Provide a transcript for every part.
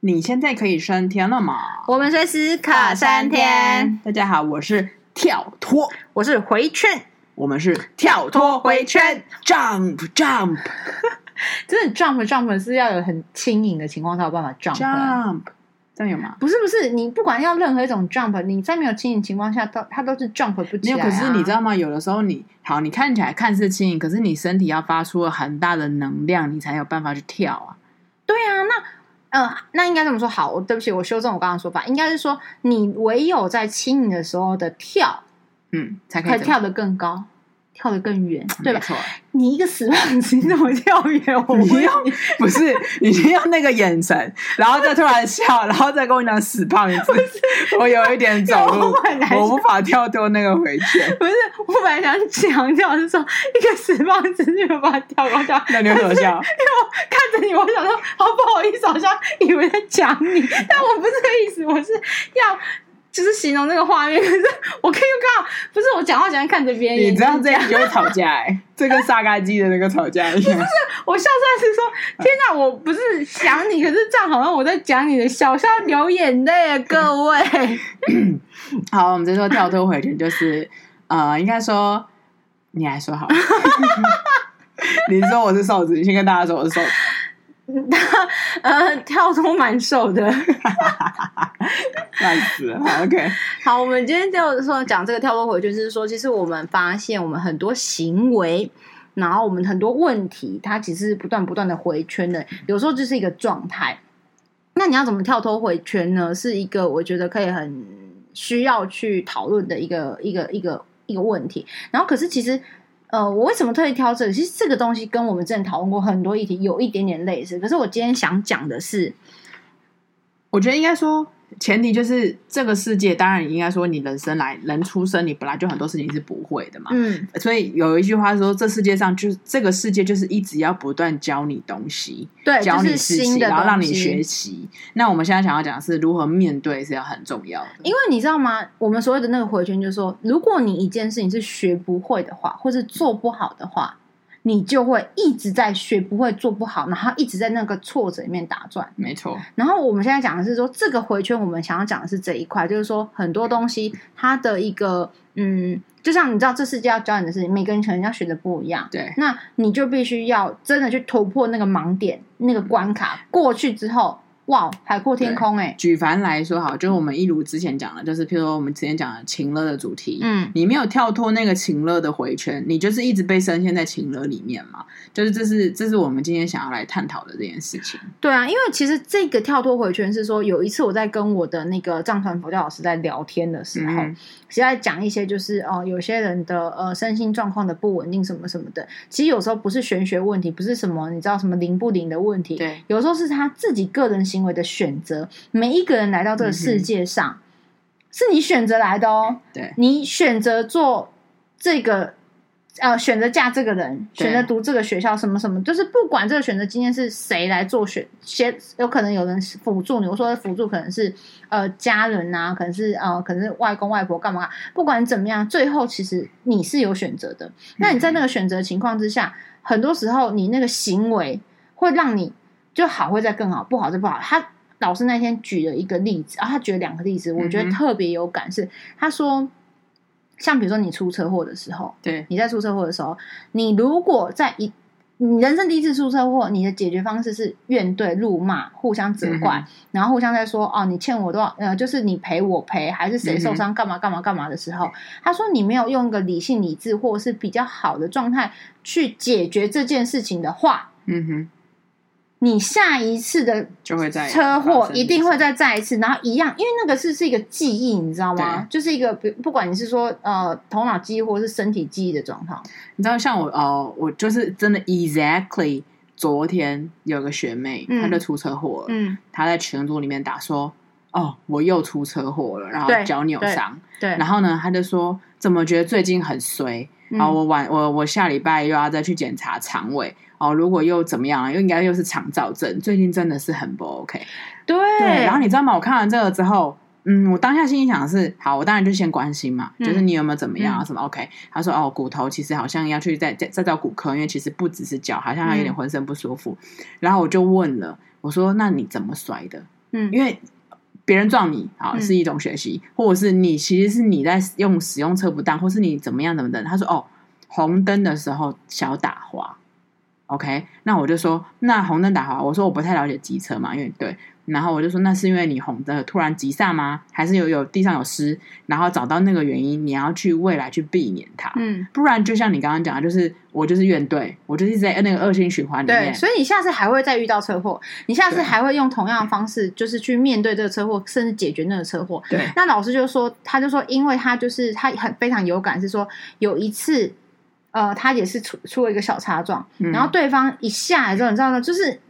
你现在可以升天了吗？我们随时卡三天。。大家好，我是跳脱，我是回圈，我们是跳脱回圈，jump jump 真的 jump jump 是要有很轻盈的情况才有办法 jump 的。 jump，这样有吗？不是不是，你不管要任何一种 jump，你在没有轻盈情况下，都它都是 jump 不没起有，来、啊。可是你知道吗？有的时候你好，你看起来看似轻盈，可是你身体要发出很大的能量，你才有办法去跳啊。对啊，那呃，那应该这么说。好，我对不起，我修正我刚刚的说法，应该是说你唯有在轻盈的时候的跳，嗯，才可可以以嗯跳得更高，跳得更远，对吧没？错，你一个死胖子，你怎么跳远？我你不要用，不是，你先用那个眼神，然后再突然笑，然后再跟我讲死胖 子，我有一点走路我本来，我无法跳脱那个回圈， 不是，我本来想强调是说，一个死胖子你有办法跳高跳， 那你为什么笑？看着你，我想说，好不好意思，好像以为在讲你， 但我不是这个意思，我是要就是形容那个画面。可是我可以刚好，不是我讲话喜欢看着别人眼睛，你知道这样就会吵架 哎、这跟沙嘎鸡的那个吵架一样。 我笑出来是说，天哪，我不是想你，可是这样好像我在讲你的笑，笑到流眼泪啊，各位。 好，我们这说跳脱回圈，就是呃，应该说你来说好了。 你说我是瘦子，你先跟大家说我是瘦子。他呃，跳脱蛮瘦的。烂死了。好 OK，好，我们今天就是说讲这个跳脱回去，就是说，其实我们发现我们很多行为，然后我们很多问题，它其实是不断不断的回圈的，有时候就是一个状态。那你要怎么跳脱回圈呢？是一个我觉得可以很需要去讨论的一个一个一个一个问题。然后，可是其实。呃，我为什么特意挑这个？其实这个东西跟我们之前讨论过很多议题有一点点类似。可是我今天想讲的是，我觉得应该说，前提就是这个世界，当然应该说你人生来人出生，你本来就很多事情是不会的嘛。嗯，所以有一句话说，这世界上就是这个世界就是一直要不断教你东西，对，教就你是事新情，的然后让东你西学习。那我们现在想要讲的是如何面对是要很重要的。因为你知道吗？我们所谓的那个回圈，就是说，如果你一件事情是学不会的话，或是做不好的话，你就会一直在学不会、做不好，然后一直在那个挫折里面打转。没错，然后我们现在讲的是说，这个回圈，我们想要讲的是这一块，就是说很多东西它的一个嗯，就像你知道，这世界要教你的事情，每个人可能要学的不一样。对，那你就必须要真的去突破那个盲点、那个关卡，过去之后，哇，海阔天空哎、举凡来说好，就是我们一如之前讲的，就是譬如说我们之前讲的情乐的主题，嗯，你没有跳脱那个情乐的回圈，你就是一直被深陷在情乐里面嘛。就是这是这是我们今天想要来探讨的这件事情。对啊，因为其实这个跳脱回圈是说，有一次我在跟我的那个藏传佛教老师在聊天的时候，嗯是在讲一些就是哦、呃有些人的呃身心状况的不稳定什么什么的。其实有时候不是玄学问题，不是什么你知道什么灵不灵的问题，对，有时候是他自己个人行为的选择。每一个人来到这个世界上，是你选择来的哦。嗯对，你选择做这个，呃，选择嫁这个人，对选择读这个学校，什么什么，就是不管这个选择今天是谁来做选，先有可能有人辅助你，我说的辅助可能是呃家人啊，可能是呃可能是外公外婆干嘛，不管怎么样，最后其实你是有选择的。那你嗯在那个选择情况之下，很多时候你那个行为会让你就好会再更好，不好就不好。他老师那天举了一个例子，啊，他举了两个例子，我觉得嗯哼特别有感是，他说，像比如说你出车祸的时候，对，你在出车祸的时候，你如果在一你人生第一次出车祸，你的解决方式是怨怼、怒骂、互相责怪，嗯然后互相在说哦，你欠我多少，呃，就是你赔我赔，还是谁受伤，干嘛干嘛干嘛的时候，他说你没有用一个理性、理智或者是比较好的状态去解决这件事情的话，嗯哼，你下一次的就会在车祸一定会再再一次，然后一样，因为那个是是一个记忆，你知道吗？就是一个不不管你是说呃头脑记忆或者是身体记忆的状况，你知道，像我哦，我就是真的 exactly 昨天有个学妹，嗯她就出车祸了，嗯，她在群组里面打说。哦，我又出车祸了，然后对脚扭伤，对，然后呢，她就说怎么觉得最近很衰，嗯然后我晚我我下礼拜又要再去检查肠胃哦，如果又怎么样，又应该又是肠燥症，最近真的是很不 OK。对，然后你知道吗？我看完这个之后，嗯，我当下心里想的是，好，我当然就先关心嘛，嗯就是你有没有怎么样啊嗯什么 OK。他说哦，骨头其实好像要去再再再找骨科，因为其实不只是脚，好像还有点浑身不舒服。然后我就问了，我说那你怎么摔的？嗯因为别人撞你啊嗯是一种学习，或者是你其实是你在用使用车不当，或是你怎么样怎么的。他说哦，红灯的时候小打滑，OK，那我就说那红灯打滑，我说我不太了解机车嘛，因为对。然后我就说，那是因为你红灯突然急刹吗？还是有有地上有湿？然后找到那个原因，你要去未来去避免它。嗯，不然就像你刚刚讲的，就是我就是怨怼，我就是一直在那个恶性循环里对，面。所以你下次还会再遇到车祸，你下次对还会用同样的方式，就是去面对这个车祸，甚至解决那个车祸。对那老师就说，他就说，因为他就是他很非常有感，是说有一次，呃，他也是出出了一个小擦撞，嗯然后对方一下来之后，你知道吗？就是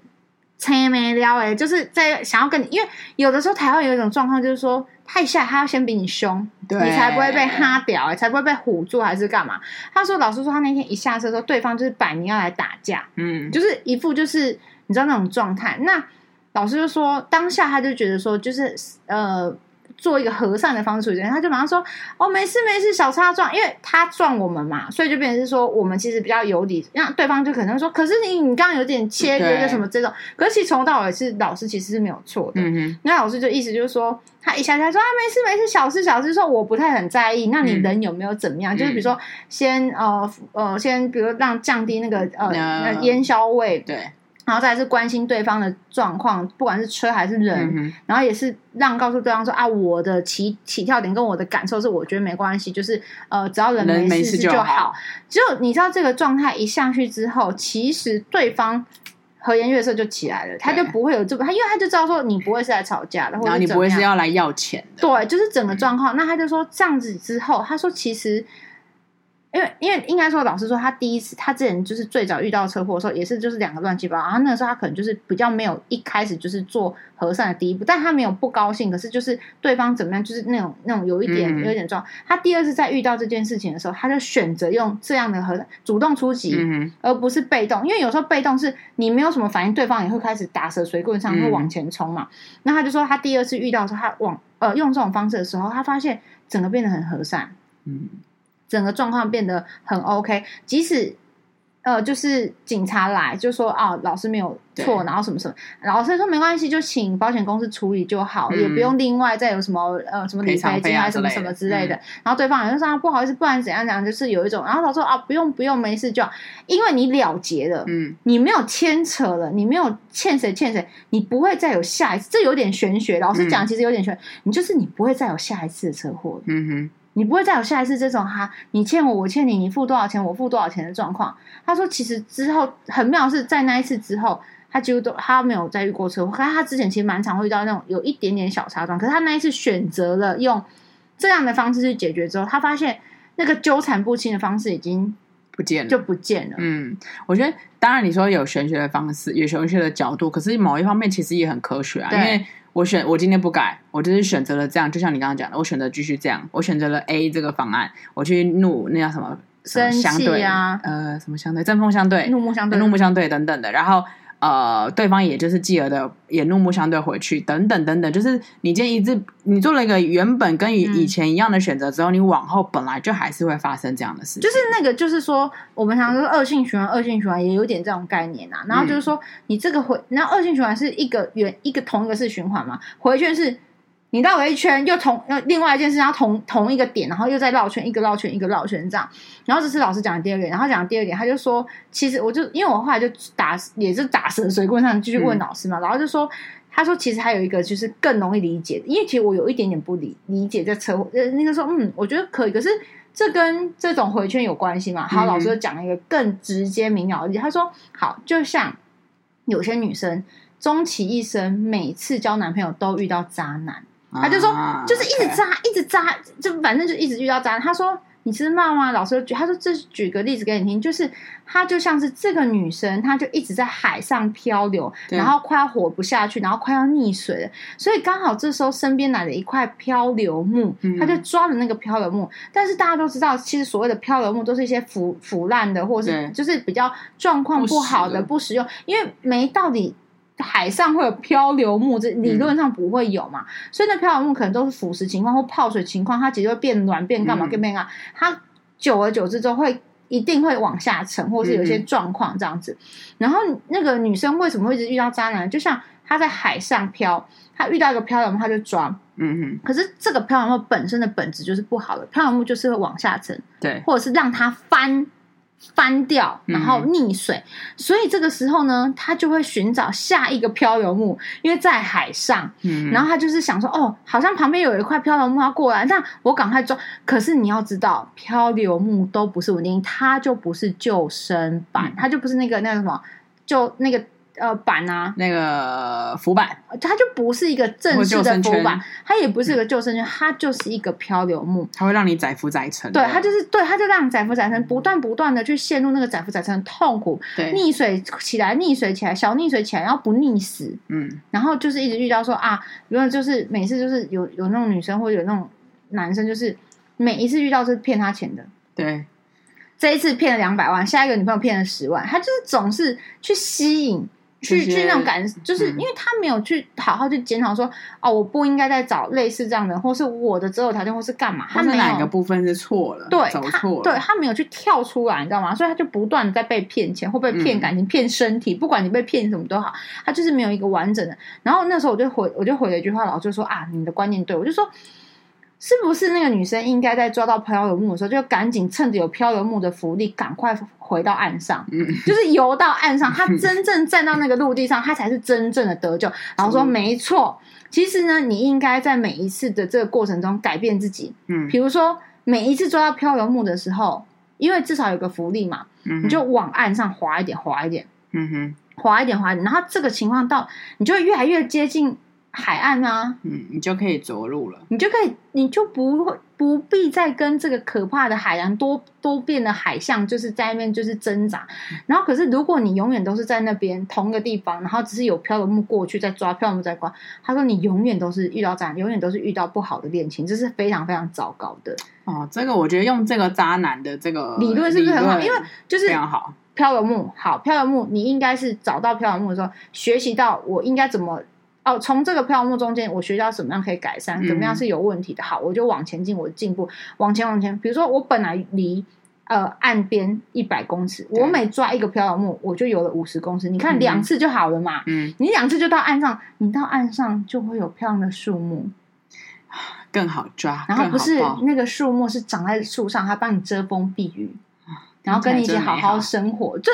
切没撩哎，就是在想要跟你，因为有的时候台湾有一种状况，就是说他一下他要先比你凶，对你才不会被哈屌、欸，才不会被唬住还是干嘛？他说，老师说他那天一下车的时候，对方就是摆明要来打架，嗯，就是一副就是你知道那种状态。那老师就说，当下他就觉得说，就是呃，做一个和善的方式处理，他就马上说，哦，没事没事，小擦撞，因为他撞我们嘛，所以就变成是说我们其实比较有理，那对方就可能说，可是你你刚刚有点切割对就什么这种，可是其实从头到尾是老师其实是没有错的。嗯哼，那老师就意思就是说，他一下下说啊，没事没事，小事小事，说我不太很在意。那你嗯人有没有怎么样？就是比如说先呃呃，先比如让降低那个呃那那烟硝味，对，然后再来是关心对方的状况，不管是车还是人，嗯哼，然后也是让告诉对方说啊，我的起起跳点跟我的感受是，我觉得没关系，就是呃，只要人人没事事就就好好。只有你知道这个状态一下去之后，其实对方和颜悦色就起来了，他就不会有这么，他因为他就知道说你不会是来吵架的，或然者后你怎不么会是样。要来要钱的，对，就是整个状况。那他就说这样子之后，他说其实。因为因为应该说，老师说他第一次，他之前就是最早遇到车祸的时候，也是就是两个乱七八糟。然后那个时候他可能就是比较没有一开始就是做和善的第一步，但他没有不高兴，可是就是对方怎么样，就是那种那种有一点、嗯有一点状。他第二次在遇到这件事情的时候，他就选择用这样的和善主动出击，嗯而不是被动，因为有时候被动是你没有什么反应，对方也会开始打蛇随棍上，嗯会往前冲嘛。那他就说，他第二次遇到的时候，他往呃用这种方式的时候，他发现整个变得很和善，哼，嗯，整个状况变得很 OK，即使。呃，就是警察来就说啊，老师没有错，对然后什么什么，老师说没关系，就请保险公司处理就好，嗯也不用另外再有什么呃什么理赔偿赔金费啊啊什么之什类的么之类的。然后对方也就说、啊、不好意思，不然怎样怎样，就是有一种，然后老师说啊，不用不用，没事就好，因为你了结了，嗯，你没有牵扯了，你没有欠谁欠谁，你不会再有下一次。这有点玄学，老师讲嗯其实有点玄，你就是你不会再有下一次的车祸了，嗯哼，你不会再有下一次这种哈，你欠我，我欠你，你付多少钱，我付多少钱的状况。他说，其实之后很妙的是在那一次之后，他几乎都他没有再遇过车祸，可是他之前其实蛮常会遇到那种有一点点小擦撞，可是他那一次选择了用这样的方式去解决之后，他发现那个纠缠不清的方式已经不见就了。不见了。嗯，我觉得当然你说有玄学的方式，有玄学的角度，可是某一方面其实也很科学啊。对因为我选我今天不改，我就是选择了这样，就像你刚刚讲的，我选择继续这样，我选择了 A 这个方案，我去怒那叫什么什么生气相对啊呃，什么相对针锋相对，怒目相对，怒目相对等等的，然后呃，对方也就是继而的也怒目相对回去，等等等等，就是你今天一致，你做了一个原本跟以嗯以前一样的选择之后，你往后本来就还是会发生这样的事情，就是那个，就是说，我们常说恶性循环，恶性循环也有点这种概念啊。然后就是说，你这个回，然后恶性循环是一个圆，一个同一个是循环嘛，回圈是你绕了一圈，又同又另外一件事，然后同同一个点，然后又再绕圈，一个绕圈，一个绕圈这样。然后这是老师讲的第二点，然后讲的第二点，他就说，其实我就因为我后来就打也是打蛇随棍上继续嗯问老师嘛，然后就说。他说：“其实还有一个就是更容易理解的，因为其实我有一点点不理理解在车祸，呃，那个说，嗯，我觉得可以，可是这跟这种回圈有关系嘛？嗯好，老师就讲了一个更直接明了的例子，他说，好，就像有些女生终其一生，每次交男朋友都遇到渣男。”啊他就说就是一直对扎，一直扎，就反正就一直遇到渣。他说你知道吗？老师就举，他说这是举个例子给你听，就是她就像是这个女生，她就一直在海上漂流，对然后快要活不下去，然后快要溺水了。所以刚好这时候身边来了一块漂流木，嗯他就抓了那个漂流木。但是大家都知道，其实所谓的漂流木都是一些腐腐烂的，或者是对就是比较状况不好的、不不实用，因为没道理。海上会有漂流木，这理论上不会有嘛？所以那漂流木可能都是腐蚀情况或泡水情况，它其实会变软、变干嘛、嗯变变啊。它久而久之之后会一定会往下沉，或是有一些嗯嗯状况这样子。然后那个女生为什么会一直遇到渣男？就像她在海上漂，她他遇到一个漂流木他就抓，嗯可是这个漂流木本身的本质就是不好的，漂流木就是会往下沉，哼，对，或者是让它翻翻掉，嗯然后溺水。所以这个时候呢，他就会寻找下一个漂流木，因为在海上，嗯，然后后他就是想说，哦，好像旁边有一块漂流木要过来，那我赶快抓。可是你要知道，漂流木都不是稳定，它就不是救生板，嗯它就不是那个那个什么，就那个呃板啊，那个浮板，它就不是一个正或式救的生浮圈嗯板，它也不是一个救生圈，它就是一个漂流木。它会让你载浮载沉的，对，他就是对，他就让载浮载沉，不断不断的去陷入那个载浮载沉的痛苦，对，溺水起来，溺水起来，小溺水起来，然后不溺死，嗯然后就是一直遇到说啊，原来就是每次就是有有那种女生或者有那种男生，就是每一次遇到是骗他钱的，对，这一次骗了两百万，下一个女朋友骗了十万，他就是总是去吸引。去这些去那种感，就是因嗯为他没有去好好去检讨说，哦，我不应该再找类似这样的人，或是我的择偶条件，或是干嘛，他或没是有哪个部分是错了，对走他，错了，对他没有去跳出来，你知道吗？所以他就不断的在被骗钱，或被嗯骗感情、骗身体，不管你被骗什么都好，他就是没有一个完整的。然后那时候我就回，我就回了一句话，老师就说啊，你的观念对，我就说。是不是那个女生应该在抓到漂流木的时候，就赶紧趁着有漂流木的浮力，赶快回到岸上，嗯 就是游到岸上，她真正站到那个陆地上，她才是真正的得救。然后说，嗯没错，其实呢，你应该在每一次的这个过程中改变自己，嗯比如说每一次抓到漂流木的时候，因为至少有个浮力嘛，嗯，你就往岸上滑一点，滑一点，嗯哼，滑一点，滑一点，然后这个情况到，你就会越来越接近海岸啊，嗯，你就可以着陆了，你就可以，你就不会不必再跟这个可怕的海洋多多变的海象，就是在那边就是挣扎。然后，可是如果你永远都是在那边同一个地方，然后只是有漂流木过去再抓，漂流木再抓，他说你永远都是遇到这样，永远都是遇到不好的恋情，这是非常非常糟糕的。哦，这个我觉得用这个渣男的这个理论是不是很好因为就是非常好，漂流木，好，漂流木，你应该是找到漂流木的时候，学习到我应该怎么哦，从这个漂流木中间，我学到怎么样可以改善，嗯怎么样是有问题的，好，我就往前进，我进步，往前往前。比如说，我本来离呃岸边一百公尺，对我每抓一个漂流木，我就有了五十公尺，你看嗯两次就好了嘛。嗯，你两次就到岸上，你到岸上就会有漂亮的树木，更好抓，然后更不是好抱那个树木是长在树上，它帮你遮风避雨，啊然后跟你一起好好生活。对，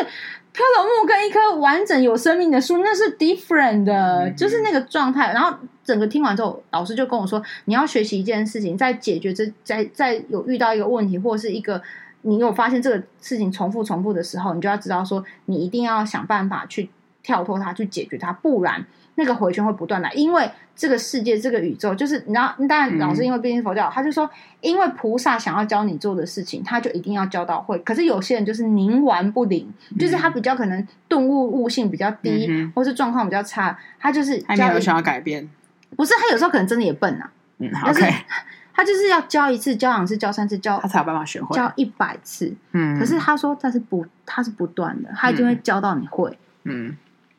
漂流木跟一棵完整有生命的树，那是 different 的，嗯就是那个状态。然后整个听完之后，老师就跟我说，你要学习一件事情，在解决这在在有遇到一个问题或是一个。你有发现这个事情重复重复的时候，你就要知道说，你一定要想办法去跳脱它，去解决它，不然那个回圈会不断来。因为这个世界、这个宇宙，就是你知道，当然老师嗯因为毕竟是佛教，他就说，因为菩萨想要教你做的事情，他就一定要教到会。可是有些人就是冥顽不灵，就是他比较可能顿悟悟性比较低，嗯哼或是状况比较差，他就是还没教有一想要改变，不是他有时候可能真的也笨啊，嗯但是，OK， 他就是要教一次、教两次、教三次、教他才有办法学会，教一百次。嗯，可是他说，但是不，他是不断的，他一定会教到你会。嗯，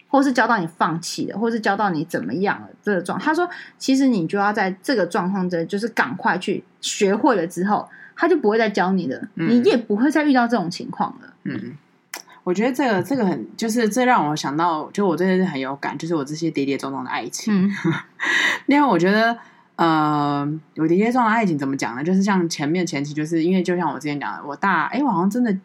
或是教到你放弃了，或是教到你怎么样了这个状。他说，其实你就要在这个状况之下，就是赶快去学会了之后，他就不会再教你了，嗯你也不会再遇到这种情况了。嗯，我觉得这个这个很，就是这让我想到，就我真的是很有感，就是我这些跌跌撞撞的爱情。嗯另外，我觉得，呃，我跌跌撞撞的爱情怎么讲呢？就是像前面前期，就是因为就像我之前讲的，我大哎，我好像真的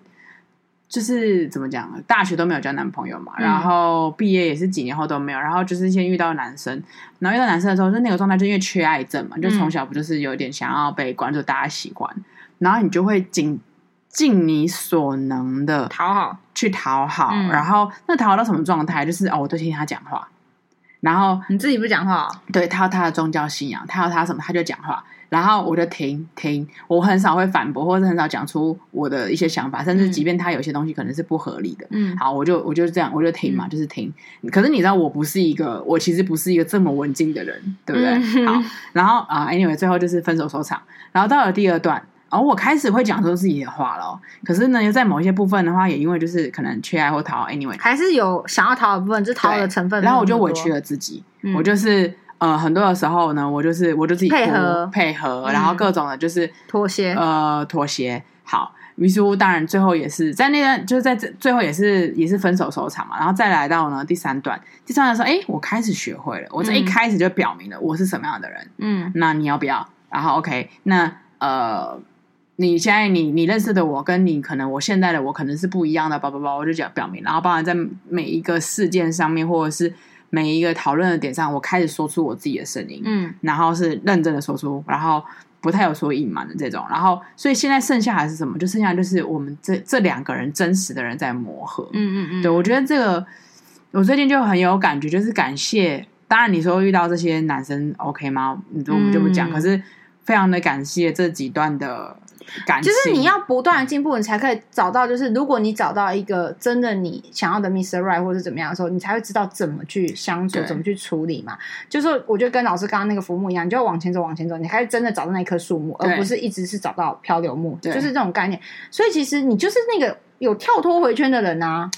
就是怎么讲呢？大学都没有交男朋友嘛，嗯然后毕业也是几年后都没有，然后就是先遇到男生，然后遇到男生的时候，就那个状态，就因为缺爱症嗯嘛，就从小不就是有点想要被关注，大家喜欢，然后你就会尽尽你所能的讨好，去讨好，嗯然后那讨好到什么状态？就是哦，我都听他讲话，然后你自己不讲话哦、对他有他的宗教信仰，他有他什么他就讲话，然后我就听听，我很少会反驳，或者很少讲出我的一些想法，甚至嗯即便他有些东西可能是不合理的，嗯，好，我就我就这样，我就听嘛，就是听。可是你知道，我不是一个，我其实不是一个这么文静的人，对不 对？嗯好，然后啊、a n y w a y 最后就是分手收场。然后到了第二段，然、后我开始会讲出自己的话了哦。可是呢，又在某一些部分的话，也因为就是可能缺爱或讨好，anyway，还是有想要讨好的部分，就是讨好的对成分。然后我就委屈，了自己，嗯我就是。呃，很多的时候呢，我就是我就自己配哭合配合，嗯然后各种的就是、妥协，呃妥协。好，于是乎当然最后也是在那段，就是在这最后也是也是分手收场嘛。然后再来到呢第三段，第三段说，哎，我开始学会了，我这一嗯开始就表明了我是什么样的人。嗯那你要不要？然后 OK，那呃，你现在你你认识的我跟你可能我现在的我可能是不一样的，叭叭叭，我就讲表明，然后包含在每一个事件上面，或者是每一个讨论的点上，我开始说出我自己的声音，嗯然后是认真的说出，然后不太有所隐瞒的这种，然后所以现在剩下的是什么？就剩下就是我们这这两个人真实的人在磨合，嗯嗯对，嗯，我觉得这个我最近就很有感觉，就是感谢。当然，你说遇到这些男生 OK 吗？你我们就不讲。嗯可是非常的感谢这几段的感情，就是你要不断的进步，你才可以找到，就是如果你找到一个真的你想要的 Mr. Right 或者怎么样的时候，你才会知道怎么去相处对，怎么去处理嘛。就是我觉得跟老师刚刚那个浮木一样，你就往前走，往前走，你开始真的找到那棵树木，对而不是一直是找到漂流木，对就是这种概念。所以其实你就是那个有跳脱回圈的人啊，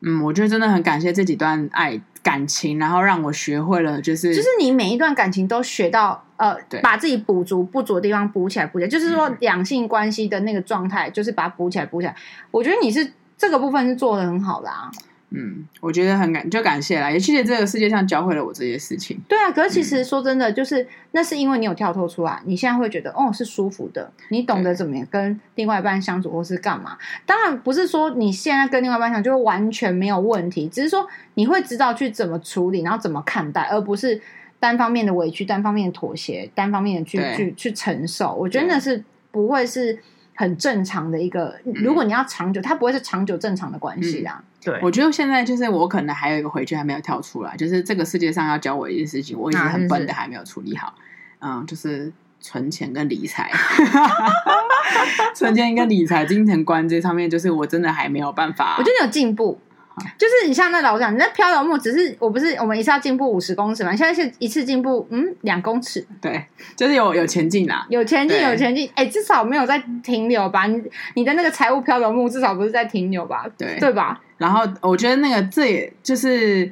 嗯，我觉得真的很感谢这几段爱感情，然后让我学会了就是就是你每一段感情都学到呃对，嗯把自己补足不足的地方补起来，补起来，就是说两性关系的那个状态，就是把它补起来，补起来。我觉得你是这个部分是做的很好的啊。嗯，我觉得很感就感谢啦，也谢谢这个世界上教会了我这些事情。对啊，可是其实说真的，就是那是因为你有跳脱出来，你现在会觉得哦是舒服的，你懂得对怎么跟另外一半相处或是干嘛。当然不是说你现在跟另外一半相处就完全没有问题，只是说你会知道去怎么处理，然后怎么看待，而不是单方面的委屈、单方面的妥协、单方面的去对去去承受。我觉得对那是不会是很正常的一个，如嗯果你要长久，它不会是长久正常的关系啦。对我觉得现在就是我可能还有一个回圈还没有跳出来，就是这个世界上要教我一件事情，我一直啊很是笨是的还没有处理好，嗯，就是存钱跟理 财，存钱跟理财、金钱观这上面，就是我真的还没有办法。我觉得你有进步，就是你像那老讲，你那漂流木只是我不是我们一次要进步五十公尺嘛，你现在是一次进步嗯两公尺，对，就是有有前进啦。有前进对有前进，哎、至少没有在停留吧？你你的那个财务漂流木至少不是在停留吧？对对吧？然后我觉得那个这也就是，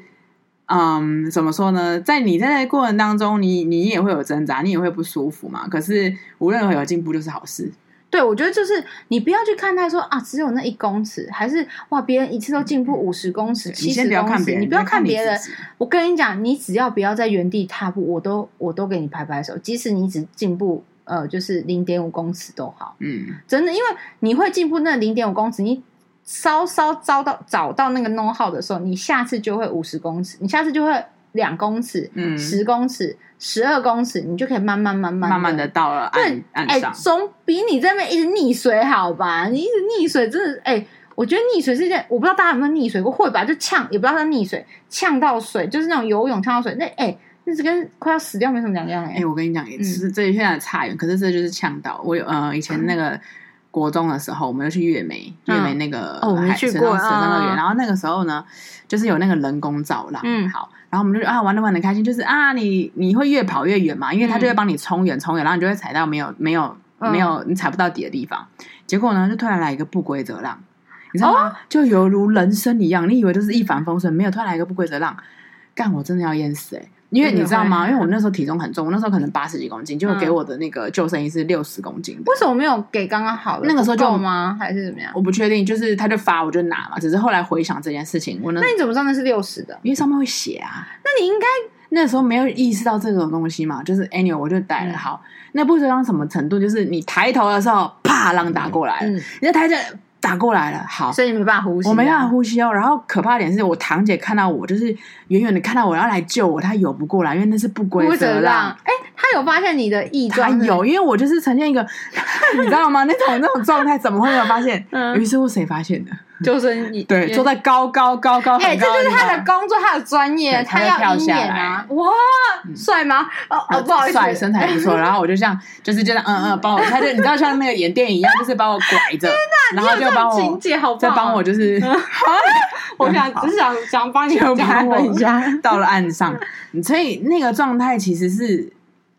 嗯，怎么说呢？在你在那个过程当中，你你也会有挣扎，你也会不舒服嘛。可是无论如何有进步就是好事。对，我觉得就是你不要去看待说啊，只有那一公尺，还是哇，别人一次都进步五十公尺、对七你先十不要公看尺，别人，你不要看你别人自，己我跟你讲，你只要不要在原地踏步，我都我都给你拍拍手，即使你只进步呃就是零点五公尺都好。嗯，真的，因为你会进步那零点五公尺，你稍稍找到找到那个 know how 的时候，你下次就会五十公尺，你下次就会两公尺、嗯十、公尺、十二公尺，你就可以慢慢慢慢慢慢的的。到了岸对，岸哎、上。总比你在那边一直溺水好吧？你一直溺水，真的，哎、我觉得溺水是一件，我不知道大家有没有溺水过，会吧？就呛，也不知道叫溺水，呛到水，就是那种游泳呛到水，那哎、那是跟快要死掉没什么两样哎、哎、我跟你讲，也是这现在差远，可是这就是呛到我有呃以前那个国中的时候，我们就去月眉，嗯月眉那个哦我没海去水过上水上乐啊园，然后那个时候呢，就是有那个人工造浪，嗯好，然后我们就觉得啊玩的玩的开心，就是啊你你会越跑越远嘛，因为他就会帮你冲远冲远，然后你就会踩到没有没有嗯没有你踩不到底的地方，结果呢就突然来一个不规则浪。你知道哦吗？就犹如人生一样，你以为就是一帆风顺，没有，突然来一个不规则浪，干我真的要淹死哎、欸！因为你知道吗？因为我嗯那时候体重很重，我那时候可能八十几公斤，结果给我的那个救生衣是六十公斤的。为什么没有给刚刚好的？那个时候就嗯不够吗？还是怎么样？我不确定，就是他就发我就拿嘛，只是后来回想这件事情，我那那你怎么知道那是六十的？因为上面会写啊，那你应该那时候没有意识到这种东西嘛，就是 anyway 我就带嗯了。好，那不知道什么程度，就是你抬头的时候，啪浪打过来了，嗯，你就抬着打过来了，好，所以你没办法呼吸、啊我没办法。呼吸哦。然后可怕的点是我堂姐看到我，就是远远的看到我，然后来救我，她游不过来，因为那是不规规则则浪浪。，哎、他有发现你的异他状？有，因为我就是呈现一个， 你知道吗？那种那种状态，怎么会没有发现？嗯于是乎，谁发现的？救生椅，对，坐在高高高高，哎、很这高就是他地的方工作，他的专业，对他会要跳鹰下眼啊！哇，帅吗？哦哦，很不好意思，呃帅，身材不 错。然后我就这样，就是这样，嗯嗯，把我，他就你知道像那个演电影一样，就是把我拐着，然你有后这就把种情我节好棒、哦，再帮我，就是我想只是想想帮 你就加帮我分一下。 到了岸上，嗯所以那个状态其实是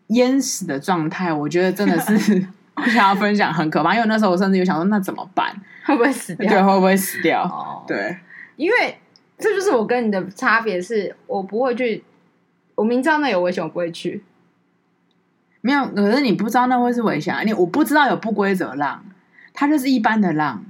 淹死的状态。我觉得真的 是我想要分享很可怕，因为那时候我甚至有想说，那怎么办？会不会死对，掉？会不会死掉？哦，对。因为这就是我跟你的差别是，我不会去我明知道那有危险，我不会去。没有，可是你不知道那会是危险啊，你我不知道有不规则浪，它就是一般的浪，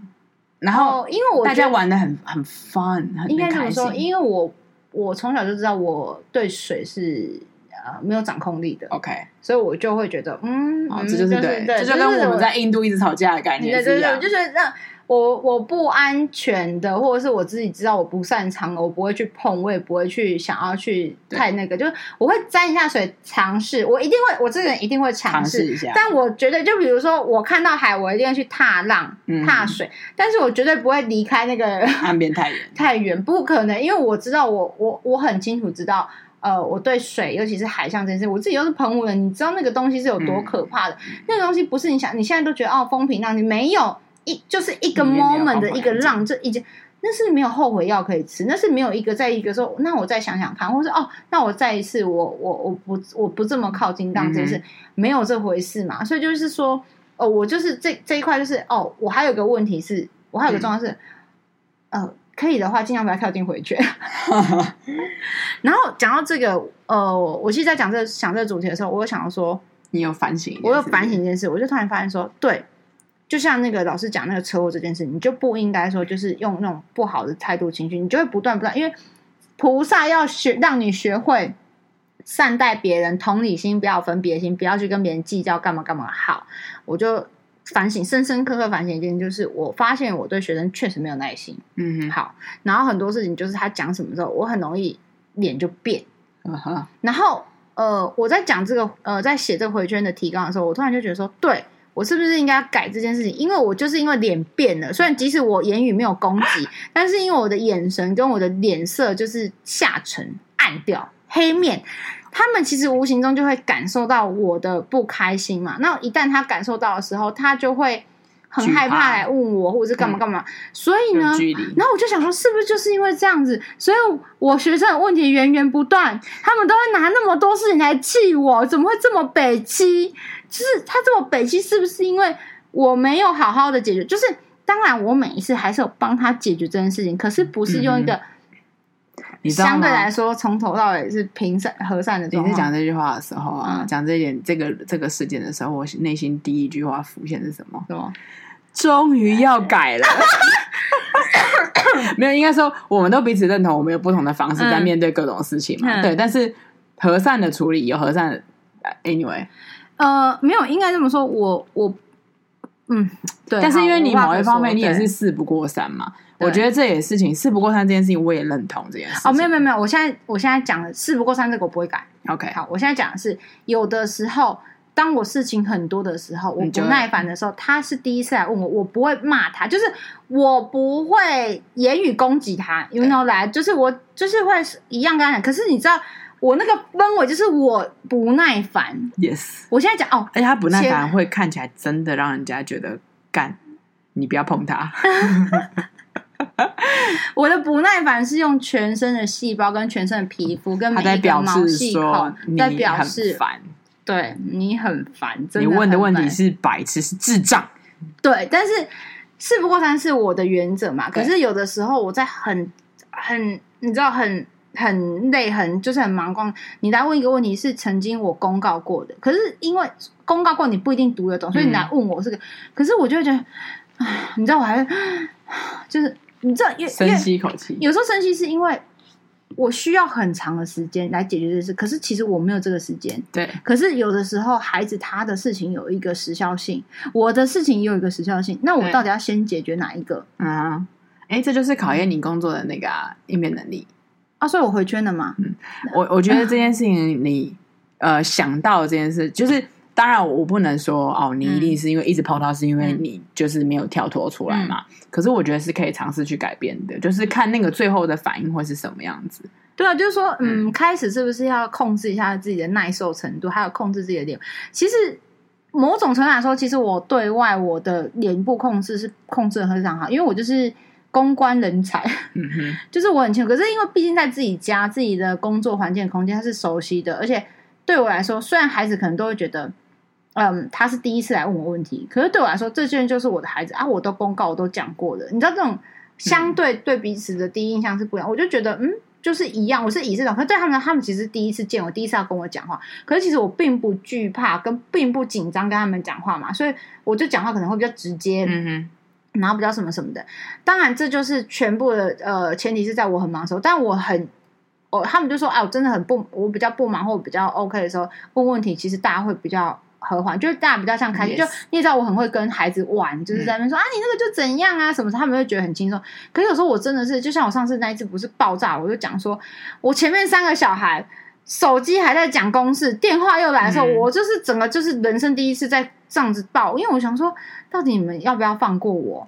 然后哦，因为我大觉家得玩的很很 fun，很应该这开么说，心。因为我我从小就知道我对水是呃没有掌控力的， OK，所以我就会觉得嗯，好，嗯哦这就是对，这对，就跟我们在印度一直吵架的概对念是对一对，样我。就觉得让我我不安全的，或者是我自己知道我不擅长的，我不会去碰，我也不会去想要去对太那个，就是我会沾一下水尝试，我一定会，我这个人一定会尝尝试试。一下，但我绝对就比如说，我看到海，我一定会去踏浪、嗯踏水，但是我绝对不会离开那个岸边太远，太远，不可能，因为我知道我我我很清楚知道，呃，我对水，尤其是海象这件事，我自己又是澎湖人，你知道那个东西是有多可怕的，那个东西不是你想，你现在都觉得哦风平浪静，没有一就是一个里面没有 moment 的风一平个浪静浪，这一件。那是没有后悔药可以吃，那是没有一个再一个说，那我再想想看，或是哦，那我再一次，我我我不我不这么靠近浪这件事，嗯没有这回事嘛。所以就是说，哦，我就是这这一块就是哦，我还有个问题是，我还有个状况是，呃，可以的话尽量不要跳进回圈。 然后讲到这个，呃，我其实在讲这想这个主题的时候，我有想到说， 你有反省一点？我是有不是反省，一件事，我就突然发现说，对，就像那个老师讲那个车祸这件事，你就不应该说就是用那种不好的态度情绪，你就会不断不断，因为菩萨要学让你学会善待别人，同理心，不要有分别心，不要去跟别人计较干嘛干嘛。好，我就反省，深深刻刻反省一件事，就是我发现我对学生确实没有耐心。嗯好，然后很多事情就是他讲什么之后，我很容易脸就变。哼，啊哈然后呃，我在讲这个呃，在写这个回圈的提纲的时候，我突然就觉得说，对我是不是应该改这件事情？因为我就是因为脸变了，虽然即使我言语没有攻 击，但是因为我的眼神跟我的脸色就是下沉、暗掉、黑面。他们其实无形中就会感受到我的不开心嘛。那一旦他感受到的时候，他就会很惧害怕怕来问我，或者是干嗯嘛干嘛。所以 呢有，距离，然后我就想说，是不是就是因为这样子，所以我学生的问题源源不断，他们都会拿那么多事情来气我，怎么会这么北欺？就是他这么北欺，是不是因为我没有好好的解决？就是当然，我每一次还是有帮他解决这件事情，可是不是用一个嗯你知道相对吗来？说从头到尾是平善和善的你状在况。讲这句话的时候啊，嗯讲这一点这个这个事件的时候，我内心第一句话浮现是什么？什么？终于要改了。 没有，应该说我们都彼此认同，我们有不同的方式在嗯面对各种事情嘛。嗯对，但是和善的处理有和善的呃，anyway，呃，没有，应该这么说，我我嗯，对。但是因为好你无话某一可方说面你也对是事不过三嘛，对我觉得这也事情事不过三这件事情我也认同这件事情。哦，没有没有没有，我现在我现在讲的事不过三这个我不会改。有，OK，好，我现在讲的是，有的时候，当我事情很多的时候，我你不就耐烦的时候，他是第一次来问我，我不会骂他，就是我不会言语攻击他，you 对 know 来，就是我就是会一样跟他讲。可是你知道，我那个氛围就是我不耐烦。 ，yes，我现在讲哦，而且他不耐先烦会看起来真的让人家觉得干，你不要碰他。我的不耐烦是用全身的细胞、跟全身的皮肤、跟他每在一个表毛示细说孔你在表很示，烦，对你很烦。真你问的很问题烦是白痴，是智障。对，但是事不过三是我的原则嘛。可对是有的时候我在很很，你知道很很累，很就是很忙光。你来问一个问题是曾经我公告过的，可是因为公告过你不一定读得懂，所以你嗯来问我这个，可是我就会觉得，唉你知道我还会唉就是你知道越越深吸一口气，有时候生气是因为我需要很长的时间来解决这事，可是其实我没有这个时间。对，可是有的时候，孩子他的事情有一个时效性，我的事情也有一个时效性，那我对到底要先解决哪一个嗯，哎，这就是考验你工作的那个、啊、应变能力。啊？所以我回圈了嘛，我我觉得这件事情你呃想到这件事，就是当然我不能说哦，你一定是因为一直碰到，是因为嗯你就是没有跳脱出来嘛。可是我觉得是可以尝试去改变的，就是看那个最后的反应会是什么样子。对啊，就是说，嗯，开始是不是要控制一下自己的耐受程度，还有控制自己的脸？其实某种程度来说，其实我对外我的脸部控制是控制的非常好，因为我就是公关人才，嗯哼，就是我很清楚，可是因为毕竟在自己家、自己的工作环境、空间，他是熟悉的，而且对我来说，虽然孩子可能都会觉得，嗯，他是第一次来问我问题，可是对我来说，这些人就是我的孩子啊，我都公告，我都讲过了，你知道这种相对对彼此的第一印象是不一样，我就觉得，嗯，就是一样，我是以这种，可是对他们，他们其实第一次见我，第一次要跟我讲话，可是其实我并不惧怕，跟并不紧张跟他们讲话嘛，所以我就讲话可能会比较直接，嗯哼，然后比较什么什么的。当然，这就是全部的呃前提是在我很忙的时候，但我很。哦，他们就说，哎、啊，我真的很不，我比较不忙或我比较 OK 的时候，问问题，其实大家会比较和缓，就是大家比较像开心。 Yes 嗯就你也知道，我很会跟孩子玩，就是在那边说、啊，你那个就怎样啊什么的，他们会觉得很轻松。可是有时候我真的是，就像我上次那一次不是爆炸，我就讲说，我前面三个小孩手机还在讲公事，电话又来的时候，嗯我就是整个就是人生第一次在这样子爆，因为我想说，到底你们要不要放过我？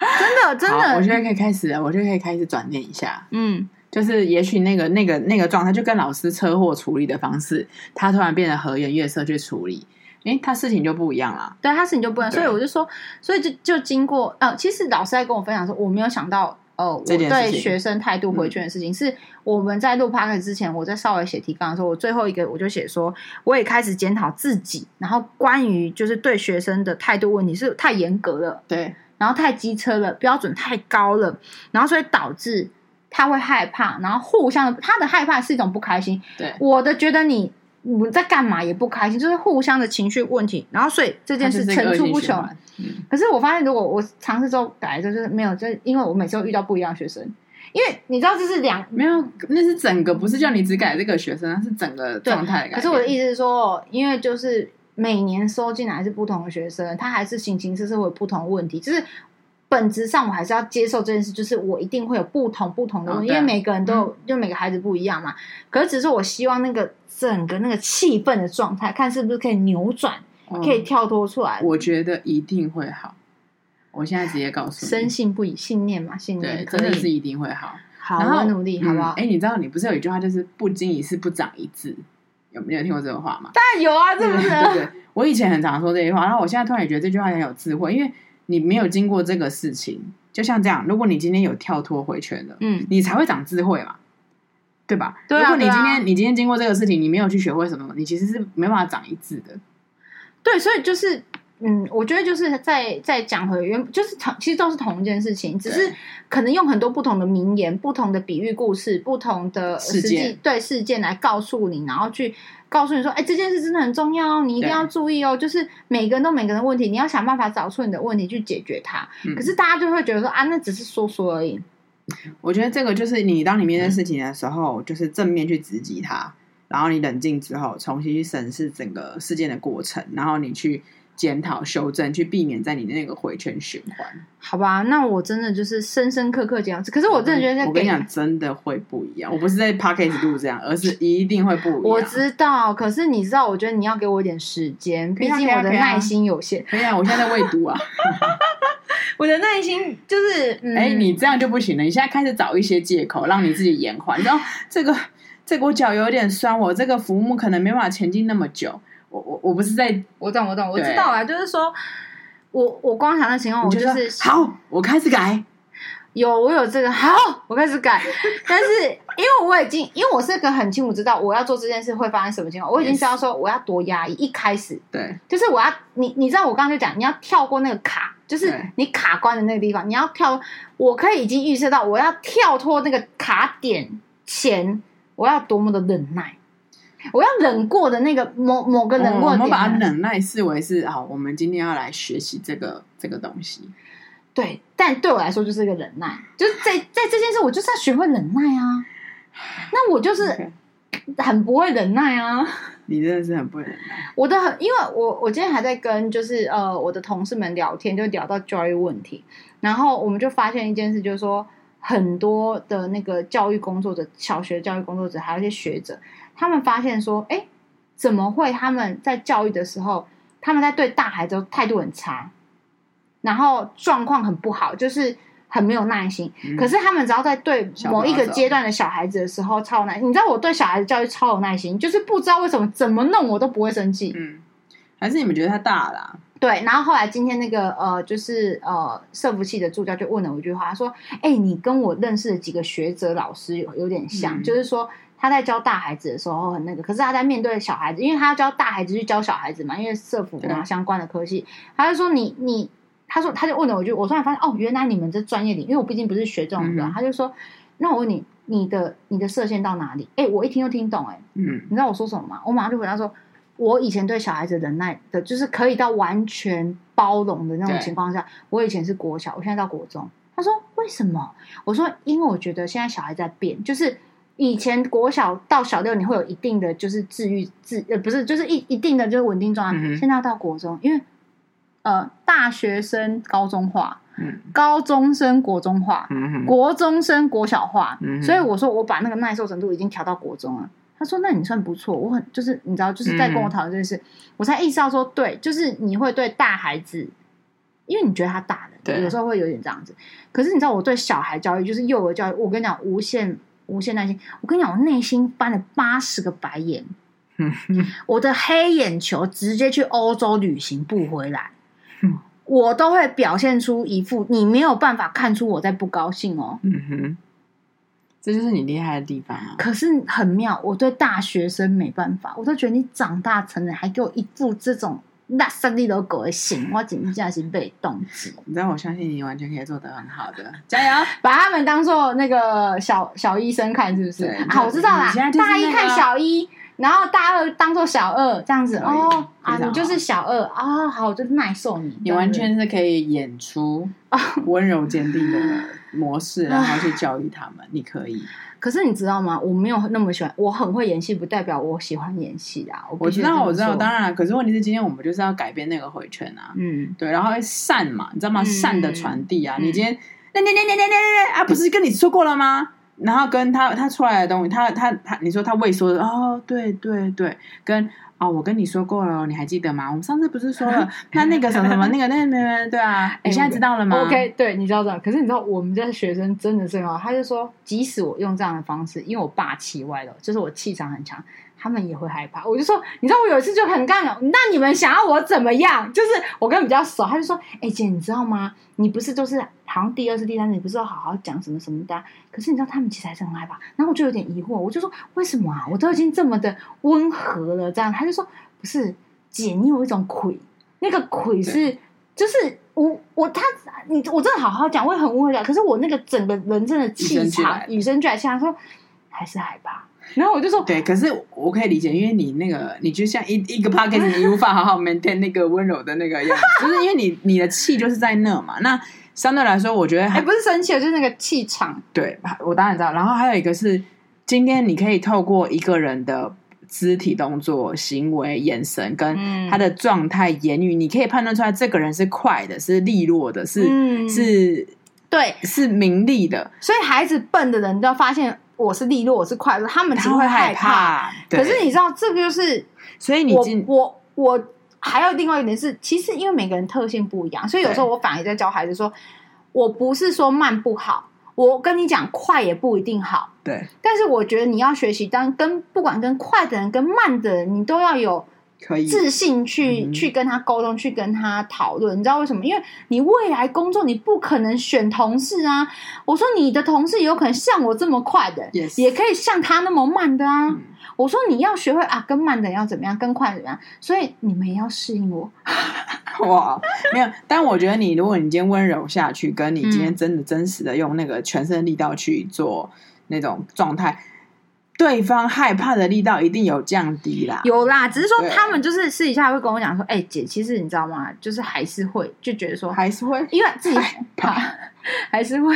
真的，真好，我觉的，得可以开始了，我觉得可以开始转念一下。嗯，就是也许那个那个那个状态，就跟老师车祸处理的方式，他突然变得和颜悦色去处理，诶，他事情就不一样啦。对，他事情就不能，对所以我就说，所以就就经过呃，其实老师在跟我分享说，我没有想到呃，我这件事对情学生态度回圈的事情，是我们在录 p o d 之前，我在稍微写提纲的时候，我最后一个我就写说，我也开始检讨自己，然后关于就是对学生的态度问题是太严格了，对，然后太机车了，标准太高了，然后所以导致他会害怕，然后互相的他的害怕是一种不开心，对我的觉得你你在干嘛也不开心，就是互相的情绪问题，然后所以这它件就事是一个层恶出性不循穷。环。嗯，可是我发现，如果我尝试之后改，就是没有，就是因为我每次都遇到不一样的学生，因为你知道这是两没有，那是整个，不是叫你只改这个学生，是整个状态的改变。可是我的意思是说，哦因为就是每年收进来是不同的学生，他还是形形色色会有不同的问题，就是本质上我还是要接受这件事，就是我一定会有不同不同的问哦题，对啊因为每个人都有，就每个孩子不一样嘛。可是只是我希望那个整个那个气氛的状态，看是不是可以扭转，嗯可以跳脱出来。我觉得一定会好。我现在直接告诉你深，信不疑，信念嘛，信对，念真可的是以。一定会好。好，然后我努力，好不好？哎、诶你知道你不是有一句话就是“不经一事不长一智”，有没有听过这个话吗？但有啊，是不是？对对，我以前很常说这句话，然后我现在突然也觉得这句话很有智慧，因为你没有经过这个事情，就像这样，如果你今天有跳脱回圈的，嗯，你才会长智慧嘛，对吧？对啊如果你对啊今天、你今天经过这个事情，你没有去学会什么，你其实是没办法长一智的。对，所以就是，嗯，我觉得就是在在讲回原，就是同其实都是同一件事情，只是对可能用很多不同的名言、不同的比喻故事、不同的呃事实际件对事件来告诉你，然后去告诉你说，哎，这件事真的很重要哦，你一定要注意哦。就是每个人都每个人的问题，你要想办法找出你的问题去解决它。嗯可是大家就会觉得说啊，那只是说说而已。我觉得这个就是你当你面对事情的时候，就是正面去直击它，然后你冷静之后，重新去审视整个事件的过程，然后你去检讨、修正，去避免在你的那个回圈循环。好吧，那我真的就是深深刻刻这样子。可是我真的觉得在嗯我跟你给讲，真的会不一样。我不是在 p o c k e t 录这样，而是一定会不一样。我知道，可是你知道，我觉得你要给我一点时间，可以毕啊竟可以啊我的可以啊耐心有限。可以啊，我现在在喂毒啊！我的耐心就是，嗯哎、你这样就不行了。你现在开始找一些借口，让你自己延缓。 你知道这个，这个我脚有点酸，我这个浮木可能没办法前进那么久。我我我不是在我懂，我懂，我对知道啊，就是说。我我光想那情况，我你就就是说好，我开始改。有我有这个好，我开始改， 但是因为我已经，因为我是个很清楚知道我要做这件事会发生什么情况，我已经 Yes 知道说我要多压抑。一开始对，就是我要你，你知道我刚刚就讲，你要跳过那个卡，就是对你卡关的那个地方，你要跳。我可以已经预测到我要跳脱那个卡点前，我要多么的忍耐，我要忍过的那个某某个我忍们过哦我的点。啊们把忍耐视为是好，我们今天要来学习这个这个东西。对，但对我来说就是一个忍耐，就是在在这件事，我就是要学会忍耐啊。那我就是是，很不会忍耐啊，你真的是很不忍耐。我的很，因为我我今天还在跟就是呃我的同事们聊天，就聊到 joy 问题，然后我们就发现一件事，就是说很多的那个教育工作者，小学教育工作者，还有一些学者，他们发现说，哎，怎么会他们在教育的时候，他们在对大孩子都态度很差，然后状况很不好，就是很没有耐心。嗯可是他们只要在对小某一个朋友阶段的小孩子的时候超有耐，你知道我对小孩子教育超有耐心，就是不知道为什么怎么弄我都不会生气。嗯，还是你们觉得他大啦、对，然后后来今天那个呃，就是呃，社服系的助教就问了我一句话，他说：“哎、你跟我认识的几个学者老师有有点像，嗯就是说他在教大孩子的时候很那个，可是他在面对小孩子，因为他要教大孩子去教小孩子嘛，因为社服嘛对相关的科系，他就说你你，他说他就问了我一句，我突然发现哦，原来你们这专业领域，因为我毕竟不是学这种的，嗯哼他就说那我问你，你的你的射线到哪里？哎、我一听就听懂、哎，嗯你知道我说什么吗？我马上就回答说，我以前对小孩子忍耐的，就是可以到完全包容的那种对情况下，我以前是国小，我现在到国中。他说为什么？我说因为我觉得现在小孩在变，就是以前国小到小六你会有一定的就是治愈治呃不是就是一一定的就是稳定状态，嗯哼现在要到国中，因为呃大学生高中化，嗯高中生国中化，嗯嗯，国中生国小化，嗯哼所以我说我把那个耐受程度已经调到国中了。他说：“那你算不错，我很就是你知道，就是在嗯跟我讨论这件事，我才意识到说，对，就是你会对大孩子，因为你觉得他大人，对有时候会有点这样子。可是你知道，我对小孩教育，就是幼儿教育，我跟你讲，无限无限耐心。我跟你讲，我内心翻了八十个白眼，我的黑眼球直接去欧洲旅行不回来嗯，我都会表现出一副你没有办法看出我在不高兴哦。嗯哼，这就是你厉害的地方啊！可是很妙，我对大学生没办法，我都觉得你长大成人还给我一副这种那三 D 都狗的型，我简直是被动机，你知道，我相信你完全可以做得很好的，加油！把他们当做那个小小医生看，是不是对啊？我知道啦你现在，就是大一那个看小一。然后大二当做小二这样子可以哦啊，非常你就是好小二啊、哦，好，我就耐受你。你完这样子全是可以演出 温柔坚定的模式，然后去教育他们。你可以，可是你知道吗？我没有那么喜欢，我很会演戏，不代表我喜欢演戏啊。我我必须知道，这么我知道，说当然了。可是问题是，今天我们就是要改变那个回圈啊，嗯，对，然后善嘛，你知道吗？嗯善的传递啊，嗯你今天那那那那那那啊，不是跟你说过了吗？然后跟他他出来的东西，他他他，你说他未说的哦，对对对，跟哦，我跟你说过了，你还记得吗？我们上次不是说了， 那那个什么什么那个那那对啊，哎你现在知道了吗 OK，对，你知道这样。可是你知道我们家学生真的是很好，他就说，即使我用这样的方式，因为我霸气外露，就是我气场很强，他们也会害怕。我就说，你知道我有一次就很干了，那你们想要我怎么样？就是我跟他比较熟，他就说，哎、姐，你知道吗？你不是就是好像第二次、第三次，你不是要好好讲什么什么的啊、可是你知道他们其实还是很害怕。然后我就有点疑惑，我就说，为什么啊？我都已经这么的温和了，这样，他就说，不是，姐，你有一种鬼。那个鬼是就是我我他你我真的好好讲，我也很温和讲，可是我那个整个人真的气场与生俱来，像他说还是害怕，然后我就说对，可是我可以理解，因为你那个，你就像一一个 p o c k e t 你无法好好 maintain 那个温柔的那个样 子，就是因为你你的气就是在那嘛。那相对来说，我觉得哎、还不是生气了，就是那个气场，对，我当然知道。然后还有一个是，今天你可以透过一个人的肢体动作、行为、眼神跟嗯他的状态、言语，你可以判断出来这个人是快的、是利落的、是、嗯是对，是明利的，所以孩子笨的人都要发现我是利落，我是快乐，他们只他会会害。害怕。可是对你知道，这个就是所以你我今我我还有另外一点是，其实因为每个人特性不一样，所以有时候我反而在教孩子说，我不是说慢不好，我跟你讲快也不一定好，对但是我觉得你要学习，当跟不管跟快的人跟慢的人，你都要有可以自信去、嗯去跟他沟通，去跟他讨论。你知道为什么？因为你未来工作，你不可能选同事啊。我说你的同事有可能像我这么快的 Yes 也可以像他那么慢的啊。嗯我说你要学会啊，跟慢的人要怎么样，跟快的人要怎么样，所以你们也要适应我。 哇，没有，但我觉得你，如果你今天温柔下去，跟你今天嗯真的真实的用那个全身的力道去做那种状态，对方害怕的力道一定有降低啦。有啦，只是说对他们就是私底下会跟我讲说，哎、姐，其实你知道吗？就是还是会就觉得说，还是会因为自己怕， 还是会，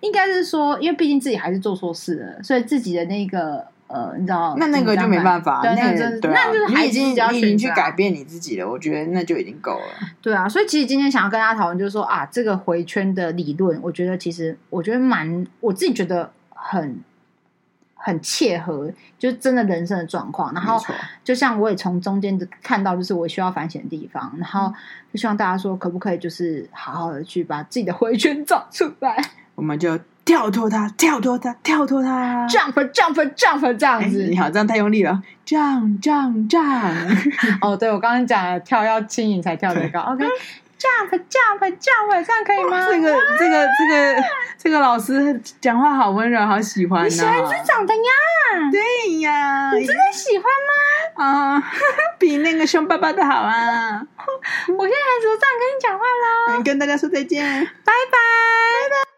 应该是说，因为毕竟自己还是做错事了，所以自己的那个呃，你知道，那那个就没办法，对，那个个真的对啊那就是你孩已子经只要你已经选择去啊改变你自己了，我觉得那就已经够了。对啊，所以其实今天想要跟大家讨论，就是说啊，这个回圈的理论，我觉得其实我觉得蛮，我自己觉得很很切合，就是真的人生的状况。然没后错，就像我也从中间的看到，就是我需要反省的地方，然嗯后就希望大家说，可不可以就是好好的去把自己的回圈找出来我们就跳脱它，跳脱它，跳脱它。 ，jump jump jump 这样哎子你。好，这样太用力了，这样这样这样。哦，对我刚刚讲了，跳要轻盈才跳得高。OK。jump jump jump，这样可以吗？这个这个这个这个老师讲话好温柔，好喜欢、哦。你喜欢这种的呀？对呀，你真的喜欢吗？啊， 比那个凶巴巴的好啊！我现在开始都这样跟你讲话啦，嗯跟大家说再见。拜拜。